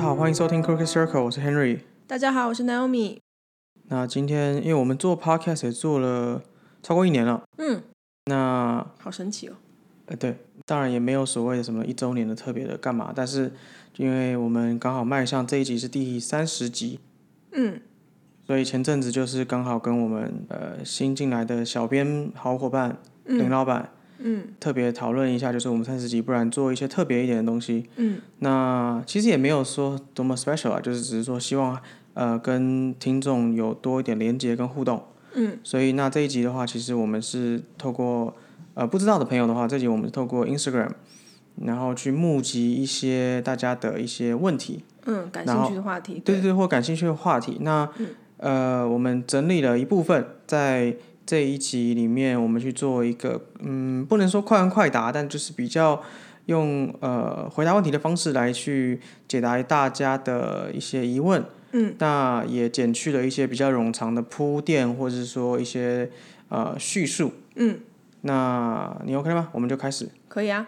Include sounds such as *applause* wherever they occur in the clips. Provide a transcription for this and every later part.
好，欢迎收听 Crooked Circle，我是 Henry。大家好，我是 Naomi。那今天因为我们做 podcast 也做了超过一年了，嗯，那好神奇哦。呃对，当然也没有所谓的什么一周年的特别的干嘛，但是因为我们刚好迈向这一集是第三十集，嗯，所以前阵子就是刚好跟我们呃新进来的小编好伙伴林嗯老板嗯特别讨论一下，就是我们三十集，不然做一些特别一点的东西。嗯那其实也没有说多么 special 啊，就是只是说希望呃跟听众有多一点连接跟互动。嗯所以那这一集的话，其实我们是透过呃不知道的朋友的话，这集我们是透过 Instagram，然后去募集一些大家的一些问题，嗯，感然兴后趣的话题。对对对，或感兴趣的话题。那、呃，我们整理了一部分，在这一集里面，我们去做一个嗯，不能说快问快答，但就是比较用呃回答问题的方式来去解答大家的一些疑问。嗯那也减去了一些比较冗长的铺垫，或者是说一些呃叙述。嗯，那你 OK 吗？我们就开始可以啊。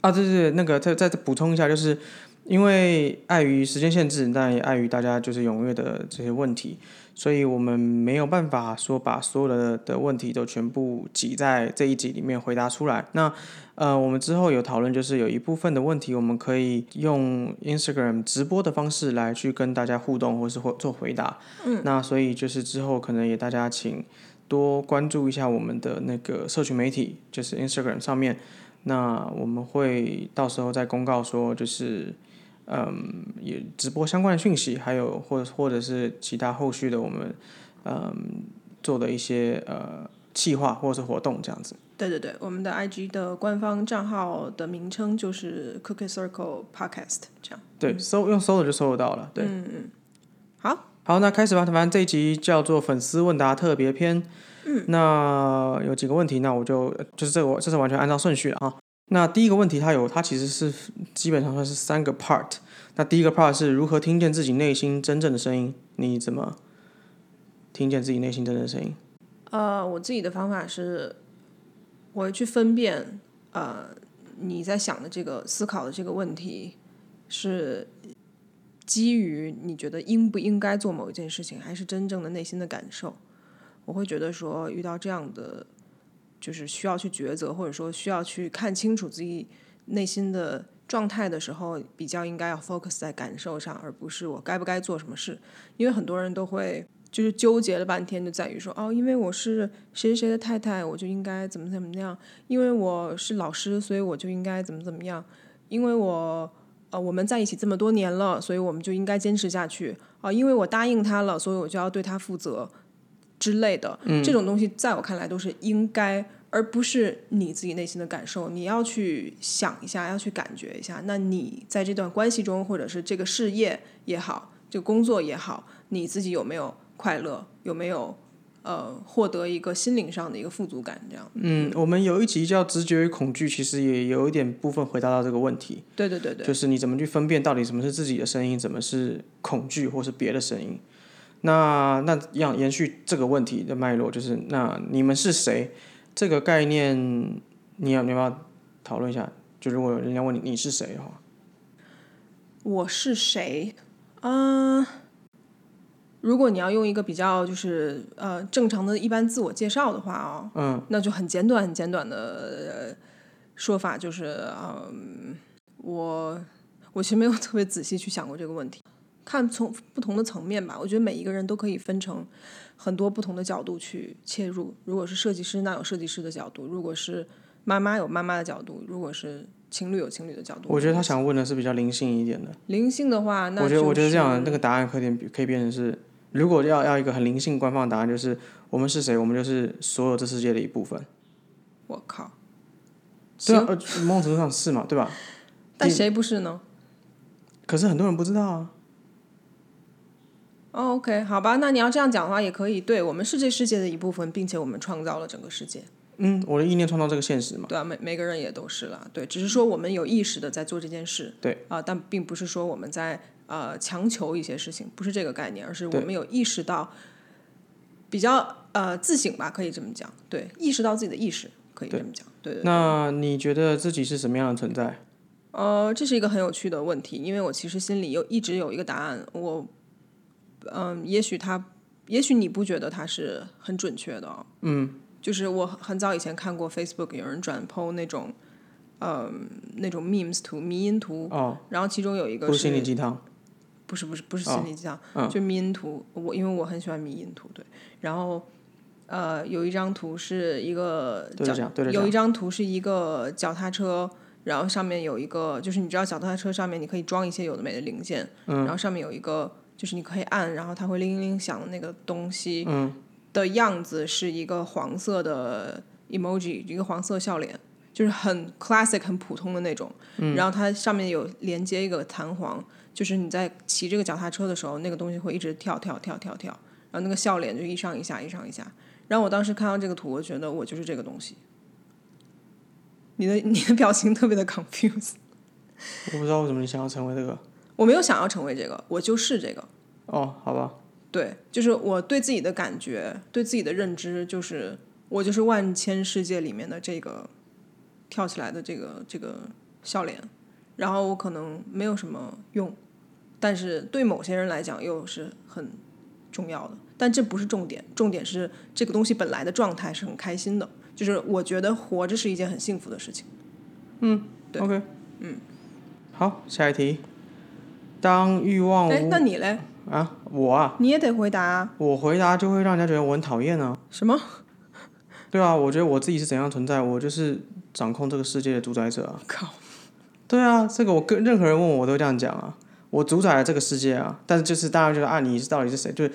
啊！对对对，那个再再补充一下，就是因为碍于时间限制，但也碍于大家就是踊跃的这些问题，所以我们没有办法说把所有的的问题都全部挤在这一集里面回答出来。那呃，我们之后有讨论，就是有一部分的问题，我们可以用 Instagram 直播的方式来去跟大家互动，或是或做回答。嗯，那所以就是之后可能也大家请多关注一下我们的那个社群媒体，就是 Instagram 上面。那我们会到时候再公告说，就是嗯，也直播相关的讯息，还有或或者是其他后续的我们嗯做的一些呃企划或者是活动这样子。对对对，我们的 IG 的官方账号的名称就是 Cookie Circle Podcast，这样。对，搜用搜的就搜得到了。对，嗯嗯。好，好，那开始吧。反正这一集叫做粉丝问答特别篇。嗯，那有几个问题，那我就呃就是这个我这是完全按照顺序了啊。那第一个问题，它有它其实是基本上算是三个 part。那第一个 part 是如何听见自己内心真正的声音？你怎么听见自己内心真正的声音？呃，我自己的方法是，我会去分辨，呃，你在想的这个思考的这个问题是。基于你觉得应不应该做某一件事情，还是真正的内心的感受，我会觉得说，遇到这样的就是需要去抉择，或者说需要去看清楚自己内心的状态的时候，比较应该要 focus 在感受上，而不是我该不该做什么事。因为很多人都会就是纠结了半天，就在于说，哦，因为我是谁谁谁的太太，我就应该怎么怎么样；因为我是老师，所以我就应该怎么怎么样；因为我。呃，我们在一起这么多年了，所以我们就应该坚持下去啊、因为我答应他了，所以我就要对他负责之类的。这种东西在我看来都是应该，而不是你自己内心的感受。你要去想一下，要去感觉一下。那你在这段关系中，或者是这个事业也好，这个工作也好，你自己有没有快乐？有没有呃获得一个心灵上的一个富足感？这样，嗯，我们有一集叫“直觉与恐惧”，其实也有一点部分回答到这个问题，对对对对，就是你怎么去分辨到底什么是自己的声音，什么是恐惧或是别的声音。那那要延续这个问题的脉络，就是那你们是谁这个概念，你要你要不要讨论一下？就如果人家问你你是谁的话，我是谁？嗯、如果你要用一个比较就是呃正常的一般自我介绍的话哦，嗯，那就很简短很简短的呃说法就是，嗯、我我其实没有特别仔细去想过这个问题，看从不同的层面吧，我觉得每一个人都可以分成很多不同的角度去切入。如果是设计师，那有设计师的角度；如果是妈妈，有妈妈的角度；如果是情侣，有情侣的角度。我觉得他想问的是比较灵性一点的。灵性的话，那我觉得我觉得就这样是那个答案可以点可以变成是，如果要要一个很灵性官方的答案，就是我们是谁，我们就是所有这世界的一部分。我靠，对啊行，，呃，某种程度上是嘛，对吧？但谁不是呢？可是很多人不知道啊。哦，OK，好吧，那你要这样讲的话也可以。对我们是这世界的一部分，并且我们创造了整个世界，嗯，我的意念创造这个现实嘛。对啊，每每个人也都是啦，对，只是说我们有意识的在做这件事，对啊、但并不是说我们在呃强求一些事情，不是这个概念，而是我对们有意识到比较呃自省吧，可以这么讲，对，意识到自己的意识，可以这么讲，对对。那你觉得自己是什么样的存在？呃，这是一个很有趣的问题，因为我其实心里有一直有一个答案，我，嗯，也许他，也许你不觉得他是很准确的、哦，嗯，就是我很早以前看过 Facebook 有人转 PO 那种，嗯、那种 memes 图、迷因图，哦，然后其中有一个不是心灵鸡汤，不是不是不啊是心理鸡汤，嗯就迷因图。我因为我很喜欢迷因图，对。然后，呃，有一张图是一个对着讲，对着有讲，一张图是一个脚踏车，然后上面有一个，就是你知道脚踏车上面你可以装一些有的没的零件，嗯然后上面有一个就是你可以按，然后它会铃铃响的那个东西，嗯的样子是一个黄色的 emoji，一个黄色笑脸，就是很 classic 很普通的那种，然后它上面有连接一个弹簧，就是你在骑这个脚踏车的时候，那个东西会一直跳跳跳跳跳，然后那个笑脸就一上一下一上一下，然后我当时看到这个图，我觉得我就是这个东西。你的你的表情特别的 confused，我不知道为什么你想要成为这个。我没有想要成为这个，我就是这个。哦，好吧，对，就是我对自己的感觉，对自己的认知，就是我就是万千世界里面的这个跳起来的这个这个笑脸，然后我可能没有什么用，但是对某些人来讲又是很重要的。但这不是重点，重点是这个东西本来的状态是很开心的，就是我觉得活着是一件很幸福的事情。对 OK，嗯，好，下一题。当欲望哎无，那你嘞？啊，我啊，你也得回答啊我回答就会让人家觉得我很讨厌啊。什么？对啊，我觉得我自己是怎样存在，我就是掌控这个世界的主宰者啊。靠！对啊，这个我跟任何人问我，我都这样讲啊。我主宰了这个世界啊，但是就是大家觉得啊，你到底是谁？就是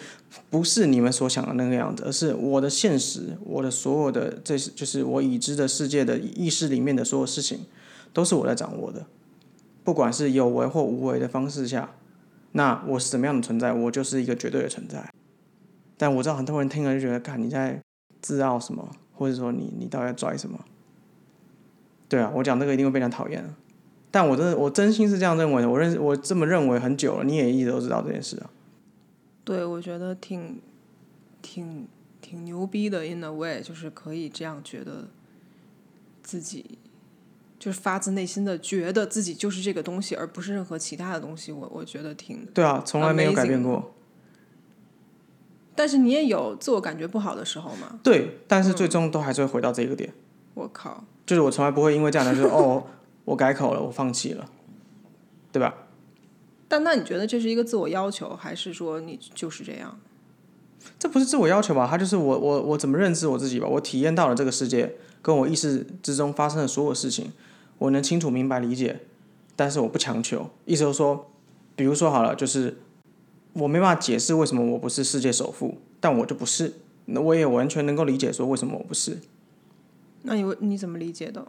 不是你们所想的那个样子，而是我的现实，我的所有的这是就是我已知的世界的意识里面的所有事情，都是我在掌握的，不管是有为或无为的方式下，那我是怎么样的存在，我就是一个绝对的存在。但我知道很多人听了就觉得，看你在自傲什么，或者说你你到底在拽什么？对啊，我讲这个一定会被人家讨厌啊。但我真的我真心是这样认为的，我认我这么认为很久了，你也一直都知道这件事啊。对，我觉得挺挺挺牛逼的，in a way，就是可以这样觉得自己，就是发自内心的觉得自己就是这个东西，而不是任何其他的东西。我我觉得挺，对啊，从来没有改变过。但是你也有自我感觉不好的时候嘛？对，但是最终都还是会回到这个点，我靠，就是我从来不会因为这样的就是哦，我改口了，我放弃了，对吧？但那你觉得这是一个自我要求，还是说你就是这样？这不是自我要求吧？它就是我我我怎么认知我自己吧？我体验到了这个世界，跟我意识之中发生的所有事情，我能清楚明白理解，但是我不强求。意思就是说，比如说好了，就是我没办法解释为什么我不是世界首富，但我就不是，那我也完全能够理解说为什么我不是，那你你怎么理解的？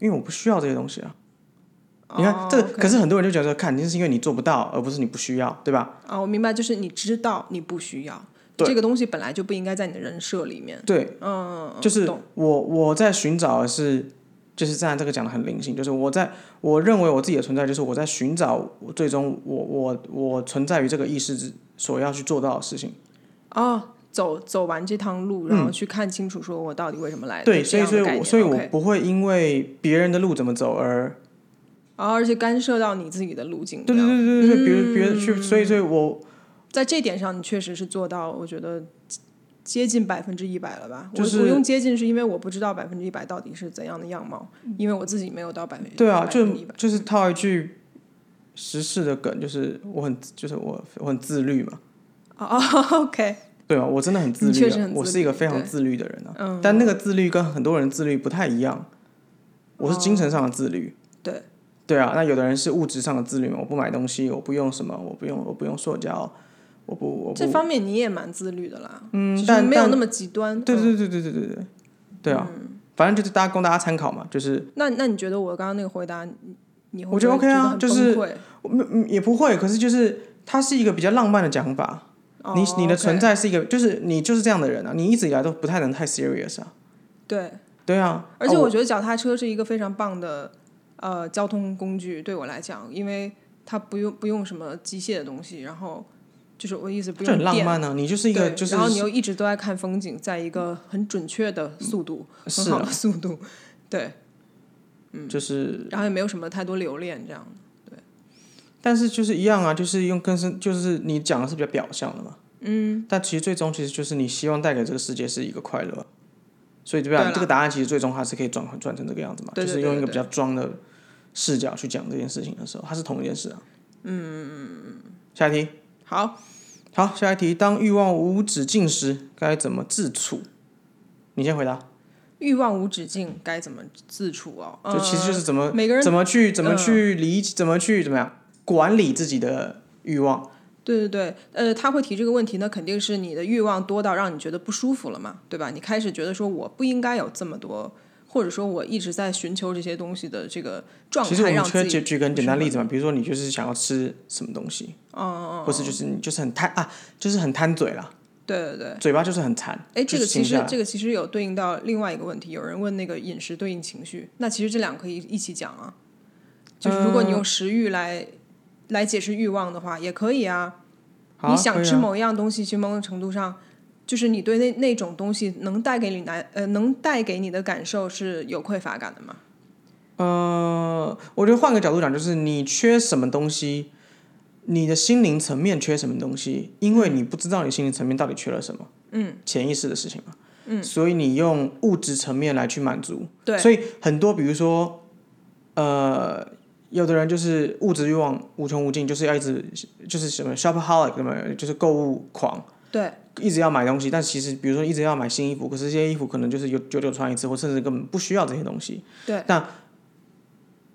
因为我不需要这些东西啊。你看哦这个， ，OK 可是很多人就觉得说，看，这是因为你做不到，而不是你不需要，对吧？啊，我明白，就是你知道你不需要对这个东西，本来就不应该在你的人设里面。对，嗯，嗯就是懂我我在寻找的是，就是站在这个讲的很灵性，就是我在我认为我自己的存在，就是我在寻找我最终我我我存在于这个意识之所要去做到的事情。哦，走走完这趟路，然后去看清楚，说我到底为什么来的。嗯对，这所以所以样的概我念所以我 OK 不会因为别人的路怎么走而啊而且干涉到你自己的路径。对对这样，对对对，比如别人去，所以所以我在这点上你确实是做到，我觉得接近百分之一百了吧。就我是我用接近是因为我不知道百分之一百到底是怎样的样貌，因为我自己没有到百分之嗯对啊，就一百。就是套一句时事的梗，就是我很就是我我很自律嘛。哦，OK，对啊，我真的很自你律、确啊，实很我自是一个律非常对自律的人啊。嗯但那个自律跟很多人自律不太一样，我是精神上的自律。对，对啊，那有的人是物质上的自律嘛，我不买东西，我不用什么，我不用我不用塑胶，我不我这不，方面你也蛮自律的啦，嗯只是但没有但那么极端。对嗯对对对对对对，对啊，反正就是大家供大家参考嘛，就是那那你觉得我刚刚那个回答，你你会我觉得不会 OK 啊很就是崩溃嗯嗯也不会，可是就是它是一个比较浪漫的讲法，你哦你的 OK 存在是一个，就是你就是这样的人啊，你一直以来都不太能太 serious 啊，对。对啊，而且啊我觉得脚踏车是一个非常棒的呃交通工具，对我来讲，因为它不用不用什么机械的东西，然后就是我的意思不就用很浪电，漫啊，你就是一个对就是然后你又一直都在看风景，在一个很准确的速度，是很好啊的速度，对，嗯，就是然后也没有什么太多留恋这样。但是就是一样啊，就是用更深，就是你讲的是比较表象的嘛。嗯。但其实最终其实就是你希望带给这个世界是一个快乐，所以对吧？对啦这个答案其实最终它是可以转换转成这个样子嘛，对对就是用一个对对比较装的视角去讲这件事情的时候，它是同一件事啊。嗯嗯嗯下一题，好，好，下一题，当欲望无止境时，该怎么自处？你先回答，欲望无止境，该怎么自处哦？就其实就是怎么、呃每个人怎么去怎么去理、怎么去怎么样管理自己的欲望。对对对，呃，他会提这个问题呢，肯定是你的欲望多到让你觉得不舒服了嘛，对吧？你开始觉得说我不应该有这么多，或者说我一直在寻求这些东西的这个状其实我们态，让可自以举己举个很简是单吗例子嘛，比如说你就是想要吃什么东西，哦或是就是你就是很贪啊，就是很贪嘴啦，对对对。嘴巴就是很馋。哎，就这是个其停下实来这个其实有对应到另外一个问题，有人问那个饮食对应情绪，那其实这两个可以一起讲啊。就是如果呃你用食欲来、来解释欲望的话，也可以啊。好啊你可想以吃啊某一样东西，其实某种程度上，就是你对那那种东西能带给你来呃能带给你的感受是有匮乏感的嘛？呃，我觉得换个角度讲，就是你缺什么东西，你的心灵层面缺什么东西，因嗯为你不知道你心灵层面到底缺了什么，嗯，潜意识的事情嘛，嗯，所以你用物质层面来去满足，对所以很多比如说，呃，有的人就是物质欲望无穷无尽，就是要一直就是什么 shopaholic 什么，就是购物狂，对一直要买东西，但其实比如说一直要买新衣服，可是这些衣服可能就是有久久穿一次，或甚至根本不需要这些东西。对，那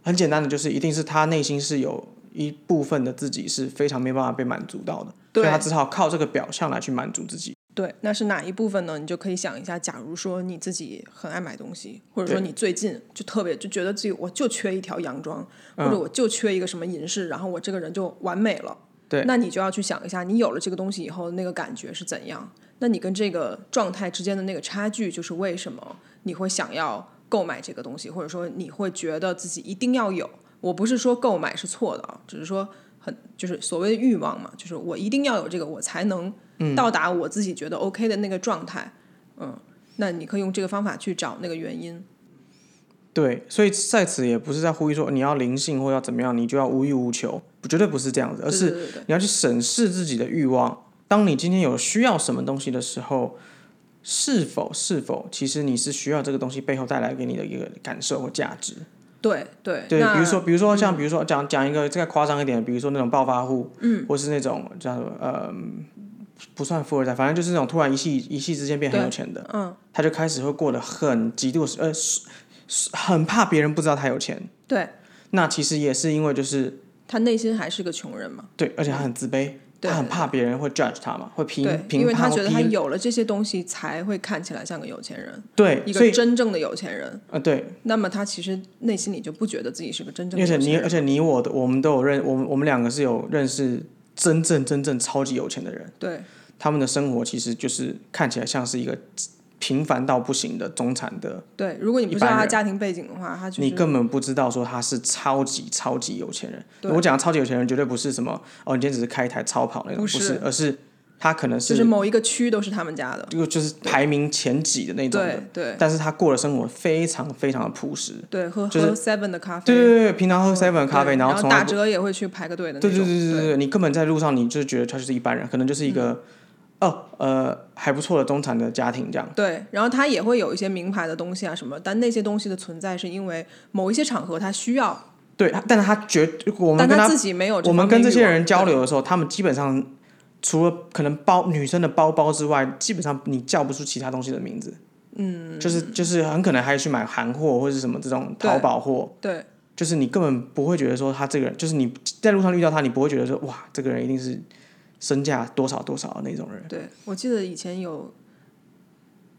很简单的就是，一定是他内心是有一部分的自己是非常没办法被满足到的，对所以他只好靠这个表象来去满足自己。对，那是哪一部分呢？你就可以想一下，假如说你自己很爱买东西，或者说对你最近就特别就觉得自己我就缺一条洋装，嗯或者我就缺一个什么银饰，然后我这个人就完美了。对那你就要去想一下，你有了这个东西以后，那个感觉是怎样？那你跟这个状态之间的那个差距，就是为什么你会想要购买这个东西，或者说你会觉得自己一定要有？我不是说购买是错的啊，只是说很就是所谓的欲望嘛，就是我一定要有这个，我才能嗯到达我自己觉得 OK 的那个状态。嗯，那你可以用这个方法去找那个原因。对，所以在此也不是在呼吁说你要灵性或要怎么样，你就要无欲无求，绝对不是这样子，而是对对对对你要去审视自己的欲望。当你今天有需要什么东西的时候，是否是否其实你是需要这个东西背后带来给你的一个感受或价值？对对对，嗯那比如说比如说像比如说讲讲一个再夸张一点，比如说那种暴发户，嗯，或是那种叫什么呃不算富二代，反正就是那种突然一夕一夕之间变很有钱的，嗯，他就开始会过得很极度呃是是很怕别人不知道他有钱。对那其实也是因为就是他内心还是个穷人嘛。对，而且他很自卑，嗯对他很怕别人会 judge 他嘛，会评对，因评为他判或觉得他批有了这些东西，才会看起来像个有钱人，对，一所个以真正的有钱人。呃对，那么他其实内心里就不觉得自己是个真正的而且有钱你人。而且你我的我们都有认我们我们两个是有认识真正真正超级有钱的人。对他们的生活其实就是看起来像是一个平凡到不行的中产的，对，如果你不知道他家庭背景的话，他就你是根本不知道说他是超级超级有钱人。对我讲的超级有钱人绝对不是什么哦，你今天只是开一台超跑那种，不不是是，而是他可能就是是某一个区都是他们家的。这个就是排名前几的那种的对，对但是他过的生活非常非常的朴实。对，喝就是喝 Seven 的咖啡，对对对对，平常喝 seven 咖啡，对然后从来打不折也会去排个队的那对种。对对对对，你根本在路上你就觉得他就是一般人，可能就是一嗯个、哦呃还不错的中产的家庭这样。对，然后它也会有一些名牌的东西啊什么，但那些东西的存在是因为某一些场合它需要，对，但是他绝我们但跟他自己没有我们方面跟这些欲望人交流的时候，他们基本上除了可能包女生的包包之外，基本上你叫不出其他东西的名字。嗯，就是就是很可能还去买韩货或者是什么这种对淘宝货，对就是你根本不会觉得说他这个人，就是你在路上遇到他，你不会觉得说哇，这个人一定是身价多少多少的那种人。对，我记得以前有，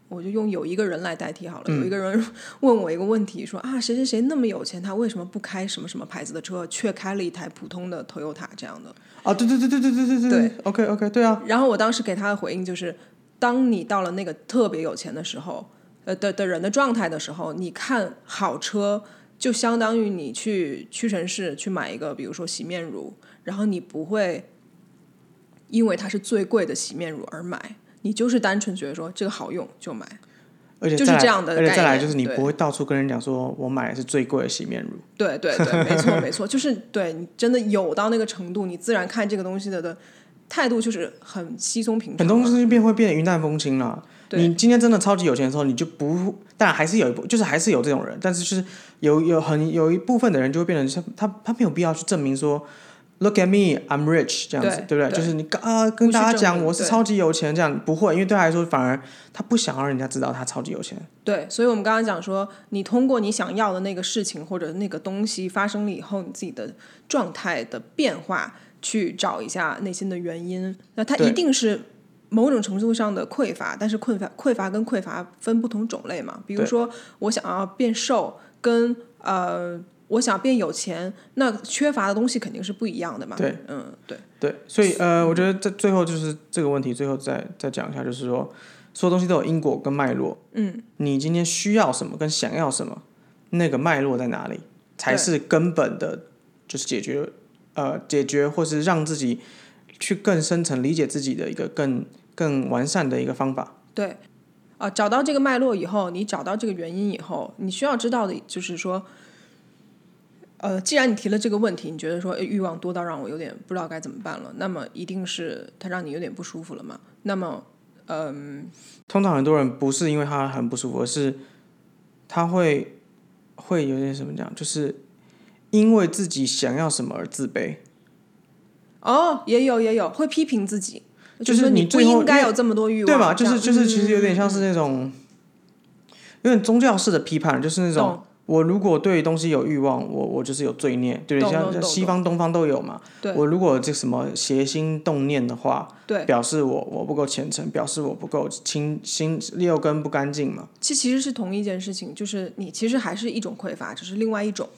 我就用有一个人来代替好了。有一嗯个人问我一个问题，说啊，谁谁谁那么有钱，他为什么不开什么什么牌子的车，却开了一台普通的 Toyota 这样的？啊，对对对对对对对对，OK OK，对啊，然后我当时给他的回应就是，当你到了那个特别有钱的时候，呃的的人的状态的时候，你看好车。就相当于你去屈臣氏去买一个，比如说洗面乳，然后你不会因为它是最贵的洗面乳而买，你就是单纯觉得说这个好用就买。而且就是再来这样的而且概再来念就是你对不会到处跟人讲说我买的是最贵的洗面乳，对对对，没错没错，就是对你真的有到那个程度，你自然看这个东西的的态度就是很稀松平常很了。多东西变会变得云淡风轻了。对你今天真的超级有钱的时候，你就不，但还是有一部，就是还是有这种人，但是就是有有很有一部分的人就会变成像他他没有必要去证明说，look at me I'm rich 这样子，对对不对就是你跟啊、跟不去大家证讲明我是对超级有钱这样不会，因为对他来说反而他不想让人家知道他超级有钱。对，所以我们刚刚讲说，你通过你想要的那个事情或者那个东西发生了以后，你自己的状态的变化，去找一下内心的原因。那它对一定是某种程度上的匮乏，但是匮乏匮乏跟匮乏分不同种类嘛。比如对说，我想要变瘦，跟呃，我想变有钱，那缺乏的东西肯定是不一样的嘛。对，嗯，对，对，所以呃，我觉得这最后就是这个问题，最后再再讲一下，就是说，所有东西都有因果跟脉络。嗯，你今天需要什么跟想要什么，那个脉络在哪里，才对是根本的，就是解决呃解决或是让自己去更深层理解自己的一个更更完善的一个方法。对，啊、找到这个脉络以后，你找到这个原因以后，你需要知道的就是说，呃，既然你提了这个问题，你觉得说诶欲望多到让我有点不知道该怎么办了，那么一定是它让你有点不舒服了嘛？那么，嗯、通常很多人不是因为他很不舒服，而是他会会有点什么讲，就是因为自己想要什么而自卑。哦，也有也有会批评自己，就是说你你不最后应该因为有这么多欲望，对吧？就这是样就是，其实有点嗯像是那种，有点宗教式的批判，就是那种懂我如果对东西有欲望，我我就是有罪孽，对不对？懂像懂像懂西方、东方都有嘛。对我如果这什么邪心动念的话，嗯对，表示我我不够虔诚，表示我不够清心六根不干净嘛。其其实是同一件事情，就是你其实还是一种匮乏，只是另外一种。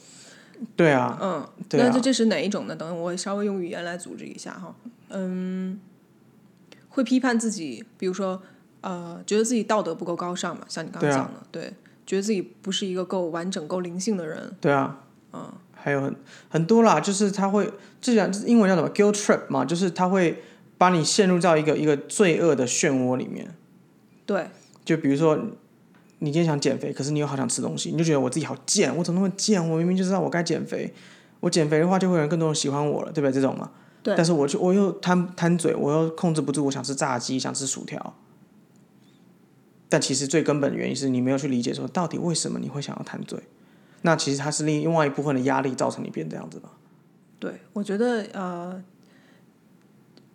对啊，嗯，对啊那这这是哪一种呢？等我稍微用语言来组织一下哈。嗯，会批判自己，比如说呃，觉得自己道德不够高尚嘛，像你刚刚对啊讲的，对，觉得自己不是一个够完整、够灵性的人。对啊，嗯，还有很很多啦，就是他会，这讲英文叫什么 guilt trip 嘛，就是他会把你陷入到一个一个罪恶的漩涡里面。对就比如说，你今天想减肥，可是你又好想吃东西，你就觉得我自己好贱，我怎么那么贱？我明明就知道我该减肥，我减肥的话就会有人更多人喜欢我了，对不对？这种嘛。对但是我就我又贪贪嘴，我又控制不住，我想吃炸鸡，想吃薯条。但其实最根本的原因是你没有去理解说到底为什么你会想要贪嘴，那其实它是另外一部分的压力造成你变这样子吧。对，我觉得呃，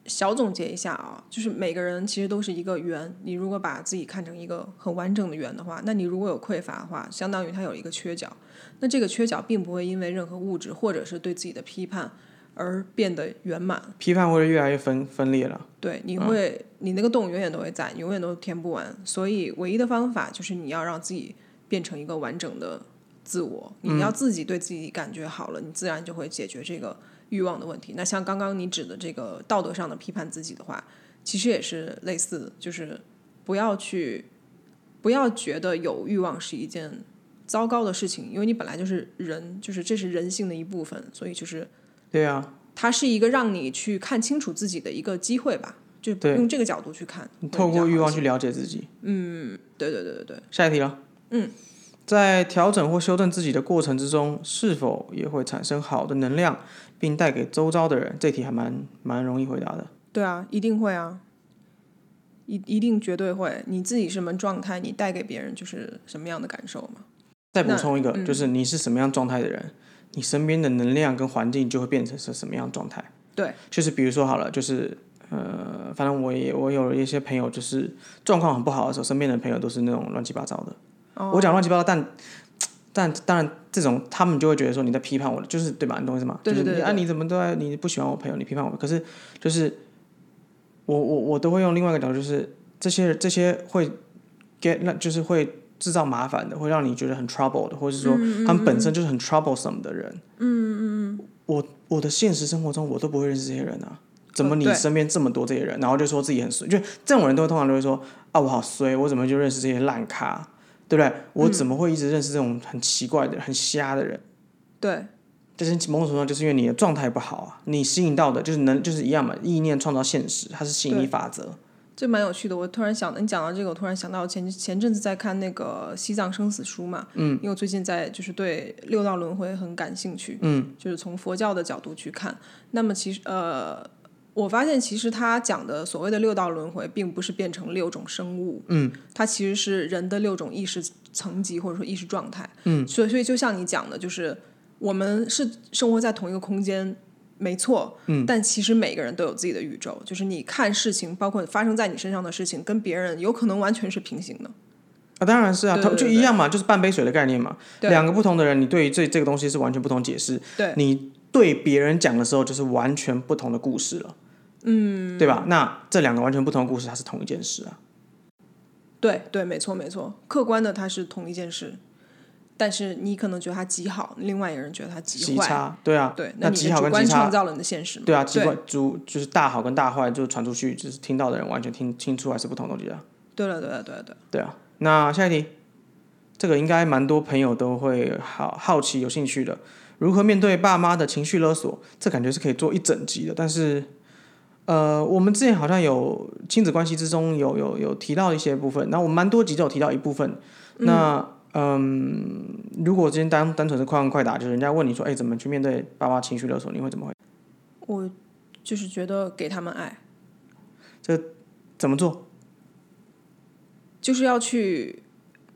小总结一下啊，就是每个人其实都是一个圆。你如果把自己看成一个很完整的圆的话，那你如果有匮乏的话，相当于它有一个缺角。那这个缺角并不会因为任何物质或者是对自己的批判而变得圆满。批判会越来越分分裂了。对，你会，你那个洞永远都会在，你永远都填不完。所以，唯一的方法就是你要让自己变成一个完整的自我，你要自己对自己感觉好了，你自然就会解决这个欲望的问题。那像刚刚你指的这个道德上的批判自己的话，其实也是类似的，就是不要去，不要觉得有欲望是一件糟糕的事情，因为你本来就是人，就是这是人性的一部分，所以就是对啊，它是一个让你去看清楚自己的一个机会吧，就对用这个角度去看你，透过欲望去。了解自己。对对对对对，下一题了。嗯，在调整或修正自己的过程之中，是否也会产生好的能量，并带给周遭的人？这题还蛮蛮容易回答的。对啊，一定会啊，一一定绝对会。你自己什么状态，你带给别人就是什么样的感受嘛。再补那充一个，嗯就是你是什么样状态的人，你身边的能量跟环境就会变成是什么样状态。对，就是比如说好了，就是呃，反正我也我有一些朋友，就是状况很不好的时候，身边的朋友都是那种乱七八糟的。哦我讲乱七八糟，但但当然这种他们就会觉得说你在批判我，就是对吧？你懂我意思吗？对对就对是对你啊，你怎么都在你不喜欢我朋友，你批判我，可是就是我我我都会用另外一个角度，就是这些这些会 get 那就是会制造麻烦的，会让你觉得很 trouble 的，或者是说他们本身就是很 troublesome 的人。嗯嗯嗯。我我的现实生活中我都不会认识这些人啊。怎么哦你对身边这么多这些人，然后就说自己很衰，就这种人都会通常都会说啊，我好衰，我怎么就认识这些烂咖，对不对？我怎么会一直认识这种很奇怪的人、很瞎的人？对但是某种程度上，就是因为你的状态不好啊，你吸引到的就是能就是一样嘛，意念创造现实，它是吸引力对法则，这蛮有趣的。我突然想，你讲到这个，我突然想到前前阵子在看那个《西藏生死书》嘛，嗯，因为我最近在就是对六道轮回很感兴趣，嗯，就是从佛教的角度去看。那么其实呃，我发现其实他讲的所谓的六道轮回，并不是变成六种生物，嗯，它其实是人的六种意识层级或者说意识状态，嗯，所以所以就像你讲的，就是我们是生活在同一个空间，没错，嗯，但其实每个人都有自己的宇宙，就是你看事情，包括发生在你身上的事情，跟别人有可能完全是平行的，啊，当然是啊，对它对就对一样嘛，就是半杯水的概念嘛。对两个不同的人，你对于这这个东西是完全不同解释。对你对别人讲的时候，就是完全不同的故事了。嗯，对吧？那这两个完全不同的故事，它是同一件事啊。对对，没错没错，客观的它是同一件事，但是你可能觉得它极好，另外一个人觉得它极极坏，差，对啊，对，那你极的好主跟观极创差，造了你的现实嘛，对啊，极对观主就是大好跟大坏，就传出去，就是听到的人完全听听出来是不同东西的。对了对了对了对了，对啊，那下一题，这个应该蛮多朋友都会好好奇、有兴趣的。如何面对爸妈的情绪勒索？这感觉是可以做一整集的，但是，呃，我们之前好像有亲子关系之中有有有提到一些部分，那我们蛮多集都有提到一部分。那嗯如果今天单单纯是快问快答，就是人家问你说，哎，怎么去面对爸妈情绪勒索？你会怎么回？我就是觉得给他们爱。怎么做？就是要去，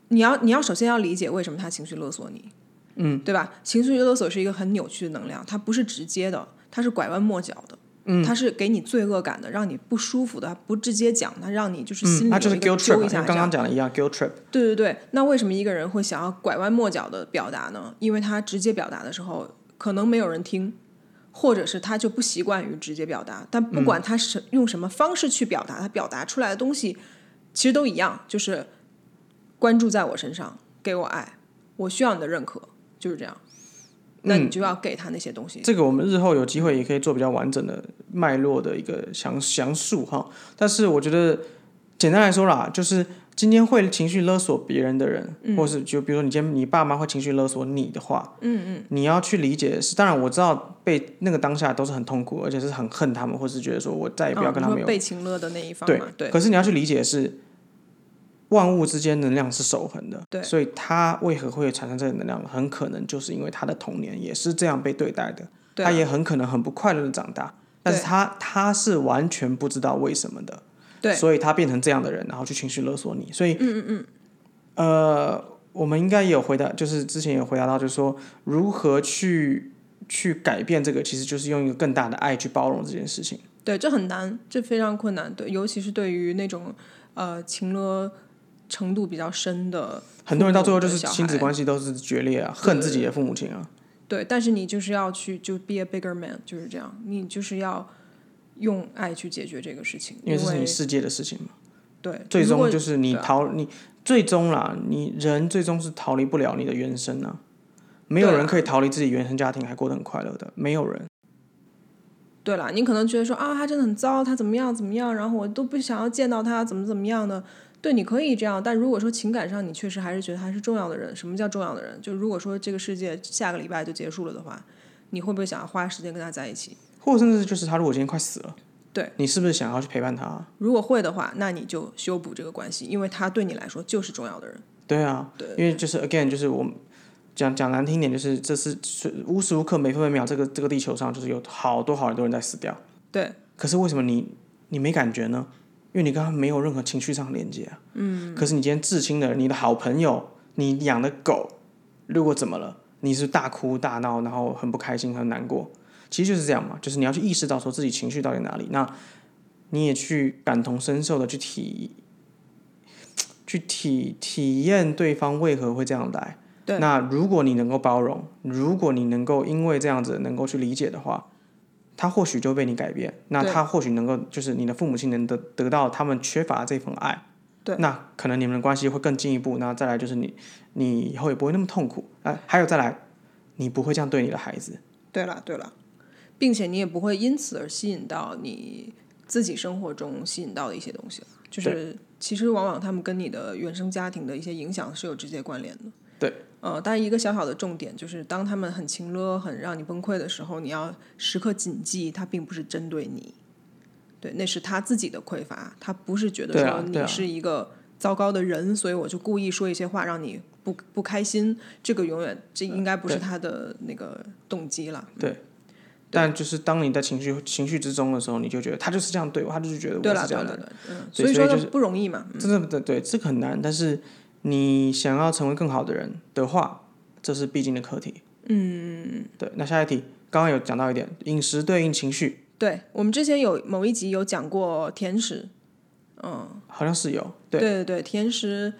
你要你要首先要理解为什么他情绪勒索你，嗯，对吧？情绪勒索是一个很扭曲的能量，它不是直接的，它是拐弯抹角的，嗯，它是给你罪恶感的，让你不舒服的，它不直接讲，它让你就是嗯，心里那就有是一 guilt 个 trip，揪嘛一下跟这刚样。刚讲的一样，guilt trip。对对对，那为什么一个人会想要拐弯抹角的表达呢？因为他直接表达的时候，可能没有人听，或者是他就不习惯于直接表达。但不管他是用什么方式去表达，他表达出来的东西其实都一样，就是关注在我身上，给我爱，我需要你的认可，就是这样。嗯那你就要给他那些东西。这个我们日后有机会也可以做比较完整的脉络的一个详详述哈。但是我觉得简单来说啦，就是今天会情绪勒索别人的人，嗯或是就比如说你今天你爸妈会情绪勒索你的话，嗯嗯，你要去理解是，当然我知道被那个当下都是很痛苦，而且是很恨他们，或是觉得说我再也不要嗯跟你他说们有被情勒的那一方对嘛，对可是你要去理解是，万物之间能量是守恒的，对所以它为何会产生这个能量，很可能就是因为他的童年也是这样被对待的，对他啊也很可能很不快乐的长大，但是对他他是完全不知道为什么的，对所以他变成这样的人，然后去情绪勒索你，所以嗯嗯嗯，呃，我们应该也有回答，就是之前有回答到，就是说如何去。去改变这个，其实就是用一个更大的爱去包容这件事情。对，这很难，这非常困难，对，尤其是对于那种呃情勒程度比较深的，很多人到最后就是小孩亲子关系都是决裂啊，恨自己的父母亲啊。对，但是你就是要去就 be a bigger man，就是这样，你就是要用爱去解决这个事情，因为这是你世界的事情嘛。对，啊最如果终就是你逃，你最终啦，你人最终是逃离不了你的原生啊。没有对啊人可以逃离自己原生家庭还过得很快乐的，没有人。对啦，你可能觉得说啊，他真的很糟，他怎么样怎么样，然后我都不想要见到他，怎么怎么样的。对，你可以这样，但如果说情感上你确实还是觉得他是重要的人，什么叫重要的人？就如果说这个世界下个礼拜就结束了的话，你会不会想要花时间跟他在一起？或者甚至就是他如果今天快死了，对你是不是想要去陪伴他？啊如果会的话，那你就修补这个关系，因为他对你来说就是重要的人。对啊，因为就是 again 就是我们讲讲难听点，就是这是是无时无刻每分每秒这个这个地球上就是有好多好多人在死掉，对可是为什么你你没感觉呢？因为你跟他没有任何情绪上的连接啊。嗯。可是你今天至亲的人，你的好朋友，你养的狗，如果怎么了，你是大哭大闹，然后很不开心，很难过。其实就是这样嘛，就是你要去意识到说自己情绪到底哪里，那你也去感同身受的去体，去体体验对方为何会这样来。对那如果你能够包容，如果你能够因为这样子能够去理解的话，他或许就被你改变，那对他或许能够就是你的父母亲能得得到他们缺乏的这份爱，对那可能你们的关系会更进一步。那再来就是你，你以后也不会那么痛苦。啊，还有再来，你不会这样对你的孩子。对了对了，并且你也不会因此而吸引到你自己生活中吸引到的一些东西了。就是其实往往他们跟你的原生家庭的一些影响是有直接关联的。对，呃，但一个小小的重点就是，当他们很情勒、很让你崩溃的时候，你要时刻谨记，他并不是针对你，对，那是他自己的匮乏，他不是觉得对说啊对你啊是一个糟糕的人，所以我就故意说一些话让你不不开心。这个永远这应该不是呃对他的那个动机了。但就是当你在情绪情绪之中的时候，你就觉得他就是这样对我，他就是觉得对我了，是这对样了，的对人，了，嗯，对所以所说以就这不容易嘛，真的对对，这个很难。但是你想要成为更好的人的话，这是必经的课题。嗯，对。那下一题，刚刚有讲到一点，饮食对应情绪，对我们之前有某一集有讲过甜食，好像是有对对对对，甜食，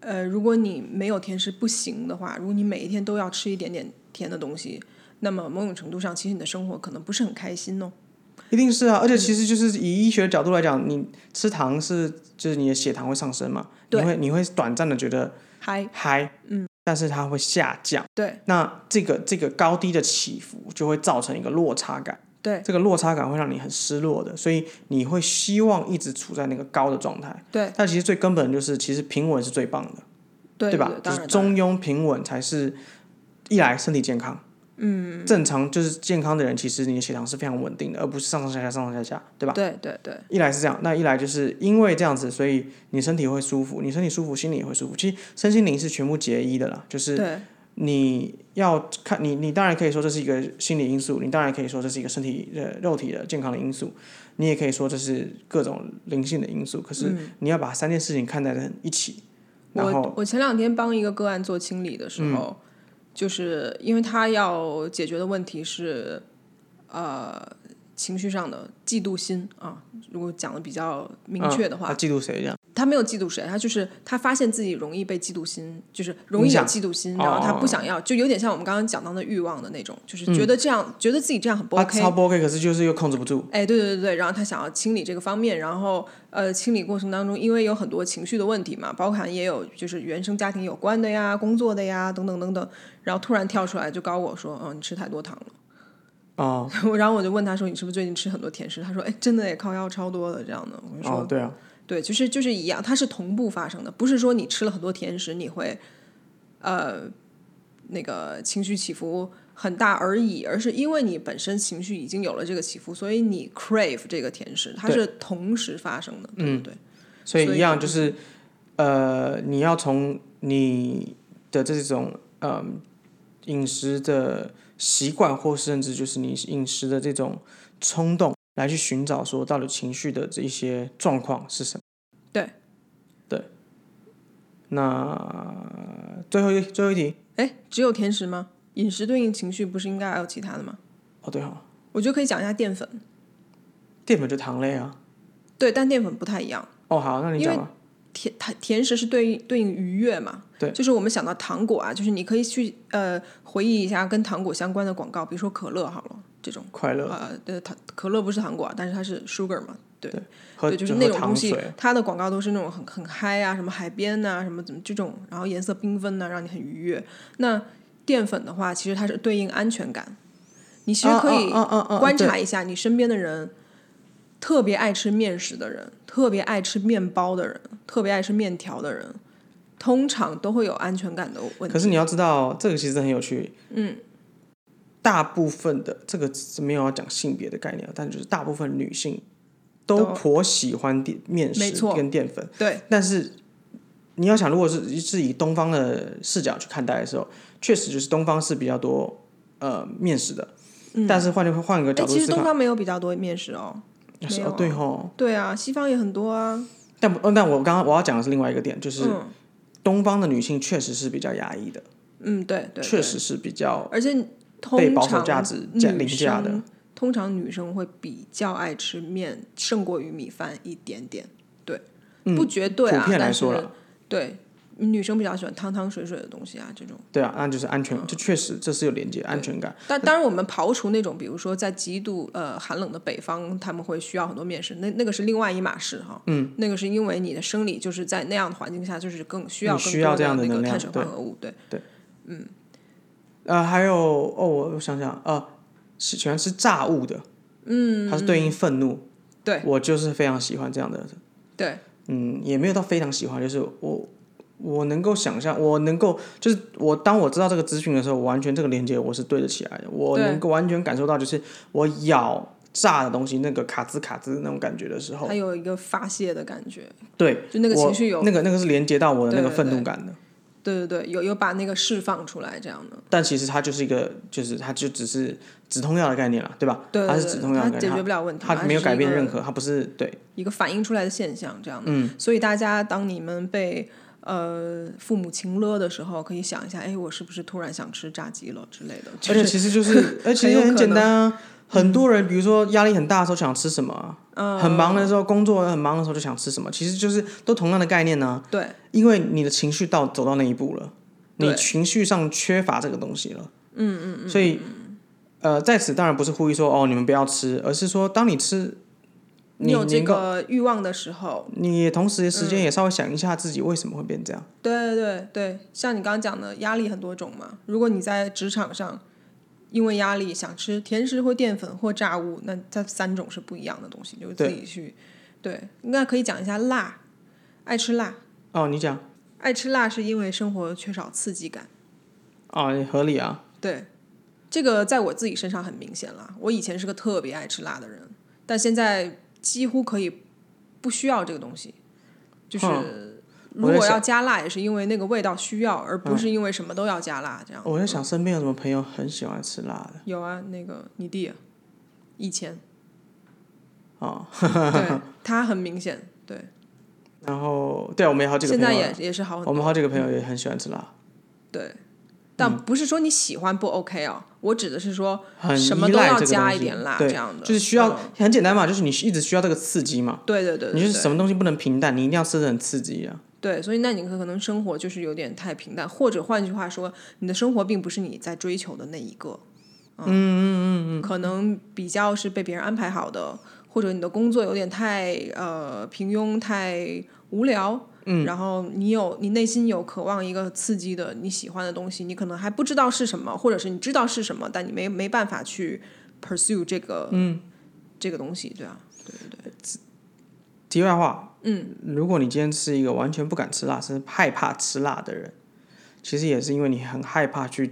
呃，如果你没有甜食不行的话，如果你每一天都要吃一点点甜的东西，那么某种程度上，其实你的生活可能不是很开心哦。一定是啊，而且其实就是以医学的角度来讲，你吃糖是就是你的血糖会上升嘛，你对会你会短暂的觉得嗨，嗨，嗯，但是它会下降。对那这个这个高低的起伏就会造成一个落差感，对这个落差感会让你很失落的，所以你会希望一直处在那个高的状态。对但其实最根本就是，其实平稳是最棒的，对吧？就当是然，中庸平稳才是一来身体健康，嗯，正常就是健康的人，其实你的血糖是非常稳定的，而不是上上下下上上下下，对吧？对对对一来是这样，那一来就是因为这样子，所以你身体会舒服，你身体舒服，心里也会舒服。其实身心灵是全部结一的啦，就是对你要看你，你当然可以说这是一个心理因素，你当然可以说这是一个身体呃肉体的健康的因素，你也可以说这是各种灵性的因素。可是你要把三件事情看待的很一起，然后嗯嗯我我前两天帮一个个案做清理的时候，就是因为他要解决的问题是，呃，情绪上的嫉妒心啊。如果讲的比较明确的他话，嫉妒啊谁这样？他没有嫉妒谁，他就是他发现自己容易被嫉妒心，就是容易影有响嫉妒心，哦然后他哦哦嗯不想要，就有点像我们刚刚讲到的欲望的那种，就是觉得这样，觉得自己这样很不他 OK，啊超不 OK，可是就是又控制不住。哎，对对对对，然后他想要清理这个方面，然后呃，清理过程当中，因为有很多情绪的问题嘛，包含也有就是原生家庭有关的呀、工作的呀等等等等，然后突然跳出来就告我说，嗯，你吃太多糖了。哦 *laughs* 然后我就问他说，你是不是最近吃很多甜食？他说，哎，真的也靠腰超多的这样的。我就说，哦，对啊，对，就是就是一样，它是同步发生的，不是说你吃了很多甜食，你会呃那个情绪起伏很大而已，而是因为你本身情绪已经有了这个起伏，所以你 crave 这个甜食，它对嗯是同时发生的，对不对？所所以以一样就是呃，你要从你的这种嗯、饮食的习惯，或甚至就是你饮食的这种冲动，来去寻找说到底情绪的这一些状况是什么。对，对。那最后一最后一题，哎，只有甜食吗？饮食对应情绪，不是应该还有其他的吗？哦对哦，我觉得可以讲一下淀粉，淀粉就糖类啊。对，但淀粉不太一样。哦好，那你讲吧。甜它甜食是对应对应愉悦嘛？对就是我们想到糖果啊，就是你可以去呃回忆一下跟糖果相关的广告，比如说可乐好了这种，快乐、呃，对，糖可乐不是糖果啊，但是它是 sugar 嘛，对，喝对，就是喝那种糖东西水，它的广告都是那种很很嗨啊，什么海边呐、什么怎么这种，然后颜色缤纷呐、让你很愉悦。那淀粉的话，其实它是对应安全感，你其实可以啊啊啊啊啊观对察一下你身边的人，特别爱吃面食的人，特别爱吃面包的人，特别爱吃面条的人，通常都会有安全感的问可题。是你要知道，这个其实很有趣。嗯，大部分的这个是没有要讲性别的概念，但就是大部分女性都都颇喜欢淀面没食错跟淀粉。对但是你要想，如果是是以东方的视角去看待的时候，确实就是东方是比较多呃面食的。但是换句换个哎，角度其实思东考，方没有比较多面食哦，是没有哦啊对吼。对啊，西方也很多啊，但不，哦但我刚刚我要讲的是另外一个点，就是嗯东方的女性确实是比较压抑的，嗯，对对，对确实是比较而且通常被保守价值价凌女驾的生通常女生会比较爱吃面，胜过于米饭一点点。对，不绝对啊，嗯普遍来但是说了。对，女生比较喜欢汤汤水水的东西啊，这种。对啊，那就是安全，嗯这确实这是有连接安全感。但当然，我们刨除那种，比如说在极度呃寒冷的北方，他们会需要很多面食，那那个是另外一码事哈。嗯，那个是因为你的生理就是在那样的环境下，就是更需要你更需要多这样的那能个量碳水对化合物。对，呃，还有哦，我我想想，呃，喜喜欢吃炸物的，嗯，它是对应愤怒，对，我就是非常喜欢这样的，对，嗯，也没有到非常喜欢，就是我我能够想象，我能够就是我当我知道这个资讯的时候，我完全这个连接我是对得起来的，我对能够完全感受到，就是我咬炸的东西，那个卡兹卡兹那种感觉的时候它，有一个发泄的感觉，对，就那个我情绪有，那个那个是连接到我的那个对对愤怒感的。对对对，有有把那个释放出来这样的，但其实它就是一个，就是它就只是止痛药的概念啦，对吧？对它对是止痛对，药它的概解决念，不了问题，它没有改变任何。何，它不是 *laughs* 对一个反映出来的现象，这样的。嗯、所以大家当你们被呃父母亲勒的时候，可以想一下，哎，我是不是突然想吃炸鸡了之类的？而且其实就是，而且很有很可简单啊。很多人，比如说压力很大的时候想吃什么啊、嗯很忙的时候工作很忙的时候就想吃什么，其实就是都同样的概念呢、对，因为你的情绪到走到那一步了，你对情绪上缺乏这个东西了。嗯嗯嗯。所以，呃，在此当然不是呼吁说哦你们不要吃，而是说当你吃，你有这能够个欲望的时候，你也同时嗯时间也稍微想一下自己为什么会变这样。对对对对，像你刚刚讲的，压力很多种嘛。如果你在职场上。因为压力想吃甜食或淀粉或炸物，那这三种是不一样的东西，就是自己去对。那可以讲一下辣，爱吃辣，哦，你讲爱吃辣是因为生活缺少刺激感。啊、也合理啊，对，这个在我自己身上很明显啦。我以前是个特别爱吃辣的人，但现在几乎可以不需要这个东西。就是如我在嗯果要加辣，也是因为那个味道需要，而不是因为什么都要加辣。这样我在想身边有什么朋友很喜欢吃辣的有啊，那个你弟啊以前，啊、 *laughs* 对他很明显，对，然后对我们有好几嗯个现朋在友也啊，也是好很我多。们好几个朋友也很喜欢吃辣，对，但不是说你喜欢不 OK 啊，我指的是说很什么依都赖要这个加东一西点辣对这样的就是需要、嗯很简单嘛，就是你一直需要这个刺激嘛，对对对对，啊你就是对什么东西不能平淡，你一定要吃的很刺激啊。对，所以那你可可能生活就是有点太平淡，或者换句话说，你的生活并不是你在追求的那一个，嗯嗯嗯嗯，可能比较是被别人安排好的，或者你的工作有点太呃平庸、太无聊，嗯，然后你有你内心有渴望一个刺激的你喜欢的东西，你可能还不知道是什么，或者是你知道是什么，但你没没办法去 pursue 这个嗯这个东西，对啊，对对对，题外话，嗯，如果你今天是一个完全不敢吃辣，甚至害怕吃辣的人，其实也是因为你很害怕去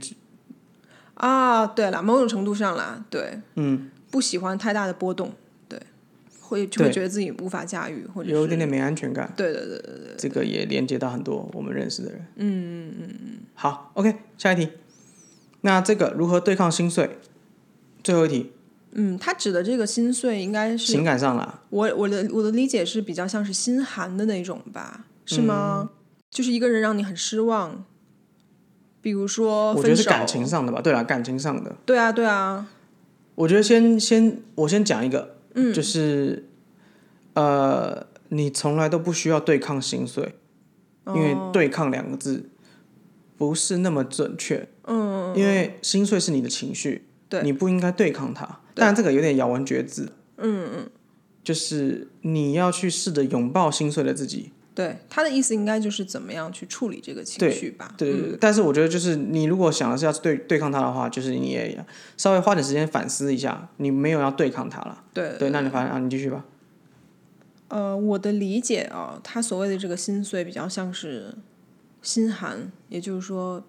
啊，对了，某种程度上啦，对，嗯，不喜欢太大的波动，对，会就会对觉得自己无法驾驭，或者有一是点点没安全感。对对对对对，这个也连接到很多我们认识的人。嗯嗯嗯嗯。好，OK，下一题。那这个如何对抗心碎？最后一题，嗯，他指的这个心碎应该是情感上啦，我我的我的理解是比较像是心寒的那种吧，是嗯吗？就是一个人让你很失望，比如说我觉哦分得是手，感情上的吧。对啦，感情上的，对啊对啊，我觉得先先我先讲一个，嗯，就是呃，你从来都不需要对抗心碎，因为哦对抗两个字不是那么准确。嗯，因为心碎是你的情绪，对你不应该对抗它。对当然，这个有点咬文嚼字。嗯嗯，就是你要去试着拥抱心碎的自己。对他的意思应该就是怎么样去处理这个情对绪吧，对对嗯对，但是我觉得就是你如果想的是要对对抗它的话，就是你也稍微花点时间反思一下，你没有要对抗它了。对对，那你反正啊，你继续吧。呃，我的理解啊，他所谓的这个心碎比较像是心寒，也就是说，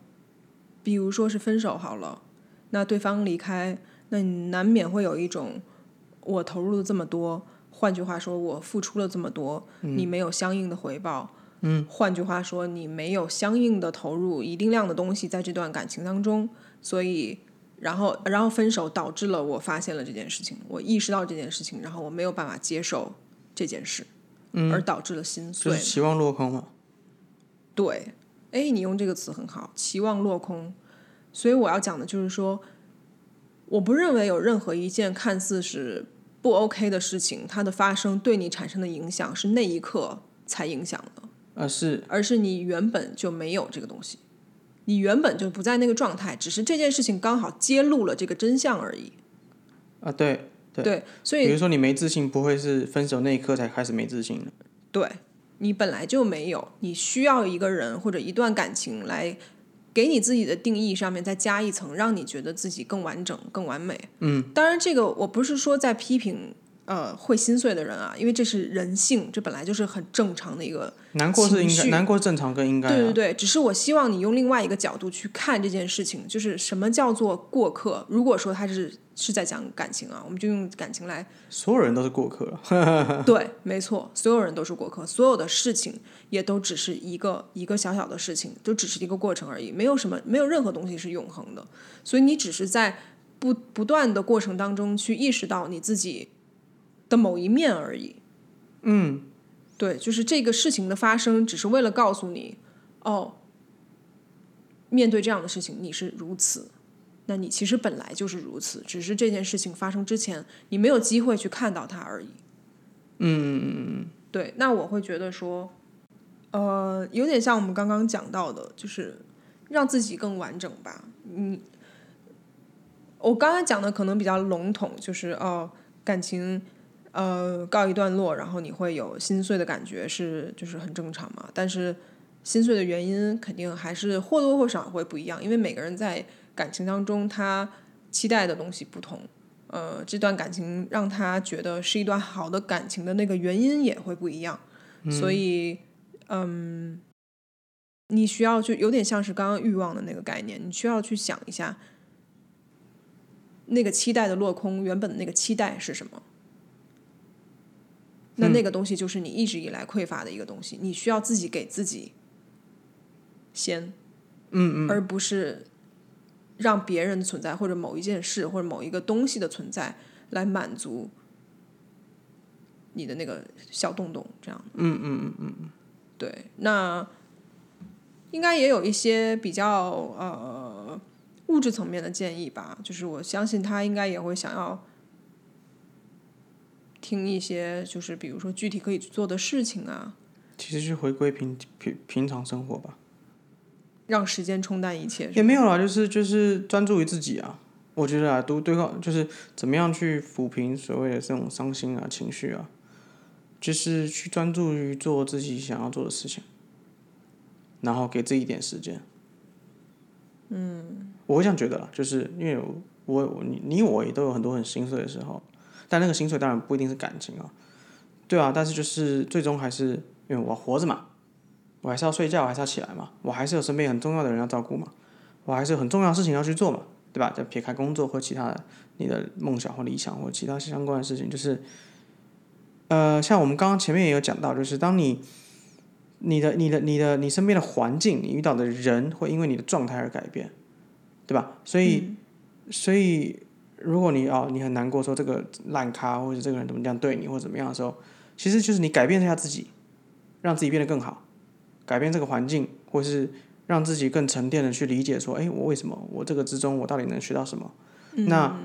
比如说是分手好了，那对方离开，那你难免会有一种我投入了这么多，换句话说，我付出了这么多，你没有相应的回报。嗯，换句话说，你没有相应的投入一定量的东西在这段感情当中，所以，然后，然后分手导致了我发现了这件事情，我意识到这件事情，然后我没有办法接受这件事，而导致了心碎。就是期望落空嘛。对，哎，你用这个词很好，期望落空。所以我要讲的就是说，我不认为有任何一件看似是不 OK 的事情，它的发生对你产生的影响是那一刻才影响的，呃，是而是你原本就没有这个东西，你原本就不在那个状态，只是这件事情刚好揭露了这个真相而已。啊、对对。对，所比以如说你没自信，不会是分手那一刻才开始没自信的。对你本来就没有，你需要一个人或者一段感情来给你自己的定义上面再加一层，让你觉得自己更完整、更完美。嗯，当然，这个我不是说在批评呃会心碎的人啊，因为这是人性，这本来就是很正常的一个。难过是应情该，绪难过是正常跟应该、啊。对对对，只是我希望你用另外一个角度去看这件事情，就是什么叫做过客。如果说他是是在讲感情啊，我们就用感情来所有人都是过客了。对，没错，所有人都是过客，所有的事情也都只是一个一个小小的事情，都只是一个过程而已，没有什么，没有任何东西是永恒的。所以你只是在不不断的过程当中去意识到你自己的某一面而已。嗯，对，就是这个事情的发生，只是为了告诉你，哦，面对这样的事情，你是如此。那你其实本来就是如此，只是这件事情发生之前，你没有机会去看到它而已。对，那我会觉得说，呃，有点像我们刚刚讲到的，就是让自己更完整吧。嗯，我刚才讲的可能比较笼统，就是哦、感情呃告一段落，然后你会有心碎的感觉是就是很正常嘛。但是心碎的原因肯定还是或多或少会不一样，因为每个人在感情当中他期待的东西不同。呃，这段感情让他觉得是一段好的感情的那个原因也会不一样，所以，嗯，你需要就有点像是刚刚欲望的那个概念，你需要去想一下，那个期待的落空，原本的那个期待是什么？那那个东西就是你一直以来匮乏的一个东西，你需要自己给自己先，嗯嗯，而不是让别人的存在，或者某一件事，或者某一个东西的存在，来满足你的那个小洞洞，这样。嗯嗯嗯嗯。对，那应该也有一些比较呃物质层面的建议吧，就是我相信他应该也会想要听一些，就是比如说具体可以做的事情啊，其实是回归平平平常生活吧，让时间冲淡一切。也没有啦，就是就是专注于自己啊。我觉得啊，都对抗就是怎么样去抚平所谓的这种伤心啊情绪啊，就是去专注于做自己想要做的事情，然后给自己一点时间。嗯，我会这样觉得啦，就是因为我我你你我也都有很多很心碎的时候，但那个心碎当然不一定是感情啊，对啊，但是就是最终还是因为我活着嘛，我还是要睡觉，我还是要起来嘛，我还是有身边很重要的人要照顾嘛，我还是有很重要的事情要去做嘛，对吧？再撇开工作或其他的你的梦想或理想或其他相关的事情，就是，呃，像我们刚刚前面也有讲到，就是当你你的你的你的你身边的环境，你遇到的人会因为你的状态而改变，对吧？所以、所以如果你哦你很难过，说这个烂咖或者这个人怎么这样对你或者怎么样的时候，其实就是你改变一下自己，让自己变得更好。改变这个环境，或是让自己更沉淀的去理解说，哎，我为什么我这个之中我到底能学到什么？嗯那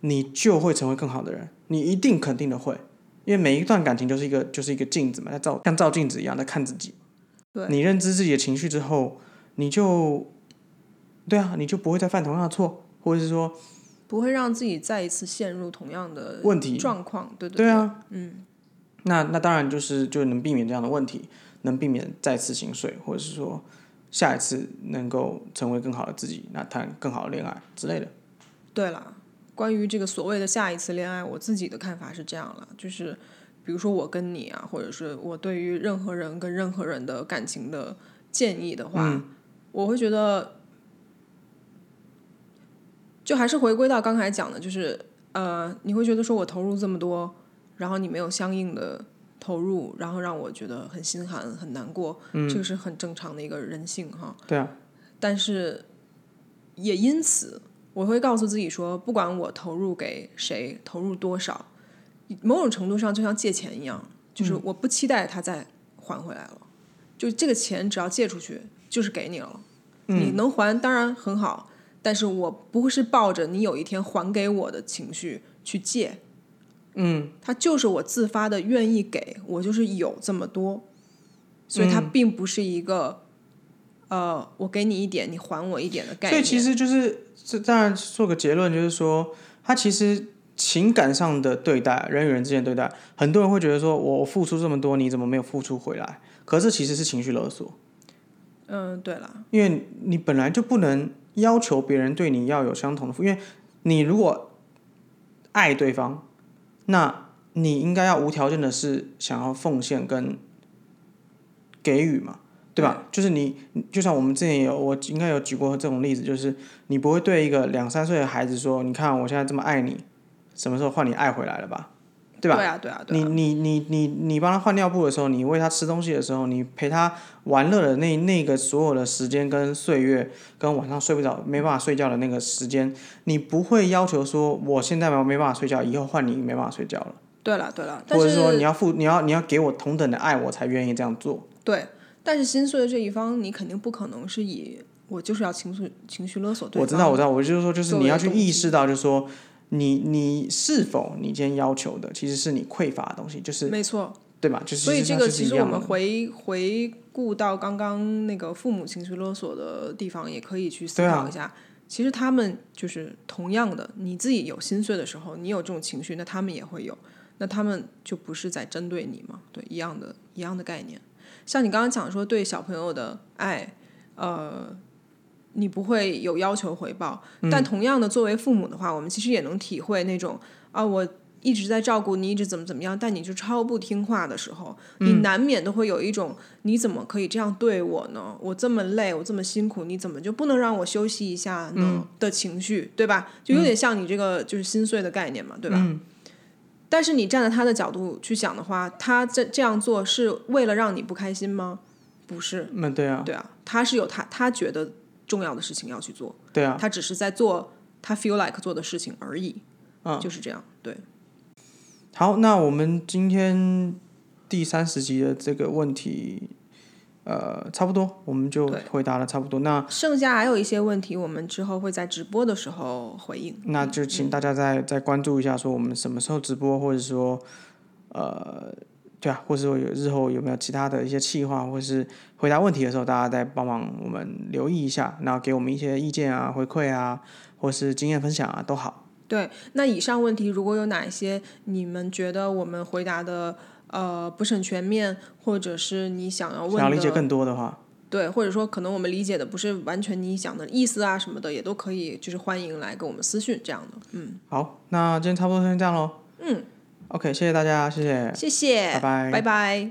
你就会成为更好的人，你一定肯定的会，因为每一段感情就是一个就是一个镜子嘛，在照像照镜子一样在看自己。对你认知自己的情绪之后，你就对啊，你就不会再犯同样的错，或者是说不会让自己再一次陷入同样的问题状况，对对对啊，嗯，那那当然就是就能避免这样的问题，能避免再次心碎，或者是说下一次能够成为更好的自己，那谈更好的恋爱之类的。对了，关于这个所谓的下一次恋爱，我自己的看法是这样了，就是比如说我跟你啊，或者是我对于任何人跟任何人的感情的建议的话，嗯我会觉得，就还是回归到刚才讲的，就是呃，你会觉得说我投入这么多，然后你没有相应的。投入，然后让我觉得很心寒、很难过，这个是很正常的一个人性哈。嗯对啊，但是也因此，我会告诉自己说，不管我投入给谁，投入多少，某种程度上就像借钱一样，就是嗯我不期待他再还回来了。就这个钱只要借出去，就是给你了。嗯你能还当然很好，但是我不是抱着你有一天还给我的情绪去借。嗯，它就是我自发的愿意给我，就是有这么多，所以它嗯并不是一个、呃，我给你一点，你还我一点的概所以念。其实就是这，当然做个结论，就是说，他其实情感上的对待，人与人之间的对待，很多人会觉得说我我付出这么多，你怎么没有付出回来？可是其实是情绪勒索，嗯，对了，因为你本来就不能要求别人对你要有相同的付，因为你如果爱对方，那你应该要无条件的是想要奉献跟给予嘛，对吧？就是你，就像我们之前也有，我应该有举过这种例子，就是你不会对一个两三岁的孩子说：“你看我现在这么爱你，什么时候换你爱回来了吧？”对吧？对啊，对啊，对你啊，你你你你帮他换尿布的时候，你喂他吃东西的时候，你陪他玩乐的那那个所有的时间跟岁月，跟晚上睡不着没办法睡觉的那个时间，你不会要求说我现在没没办法睡觉，以后换你没办法睡觉了，对了，对啊了。但或者是说你要付你要你要给我同等的爱，我才愿意这样做。对，但是心碎的这一方，你肯定不可能是以我就是要情绪情绪勒索对方。我知道我知道，我就是说就是作你为要去动意机识到，就是说你你是否你今天要求的其实是你匮乏的东西，就是没错。对吧？就是所以这它个就是其一实我样们的回回顾到刚刚那个父母情绪勒索的地方，也可以去思对啊考一下。其实他们就是同样的，你自己有心碎的时候，你有这种情绪，那他们也会有，那他们就不是在针对你嘛？对，一样的，一样的概念。像你刚刚讲说对小朋友的爱，呃，你不会有要求回报，嗯但同样的，作为父母的话，我们其实也能体会那种啊，我一直在照顾你，一直怎么怎么样，但你就超不听话的时候，嗯你难免都会有一种你怎么可以这样对我呢？我这么累，我这么辛苦，你怎么就不能让我休息一下呢？嗯的情绪，对吧？就有点像你这个就是心碎的概念嘛，对吧？嗯但是你站在他的角度去想的话，他这这样做是为了让你不开心吗？不是，嗯对啊对啊，他是有他他觉得重要的事情要去做，对啊，他只是在做他 feel like 做的事情而已，嗯就是这样，对，好，那我们今天第三十集的这个问题，呃，差不多，我们就对回答了差不多。那剩下还有一些问题，我们之后会在直播的时候回应。那就请大家再、再关注一下，说我们什么时候直播，或者说，呃，对啊，或者说有日后有没有其他的一些计划，或是回答问题的时候，大家再帮忙我们留意一下，然后给我们一些意见啊、回馈啊，或是经验分享啊，都好。对，那以上问题如果有哪一些你们觉得我们回答的呃不是很全面，或者是你想要问想的，要理解更多的话，对，或者说可能我们理解的不是完全你想的意思啊什么的，也都可以，就是欢迎来跟我们私讯这样的。嗯，好，那今天差不多先这样喽。嗯，OK，谢谢大家，谢谢，谢谢，拜拜拜拜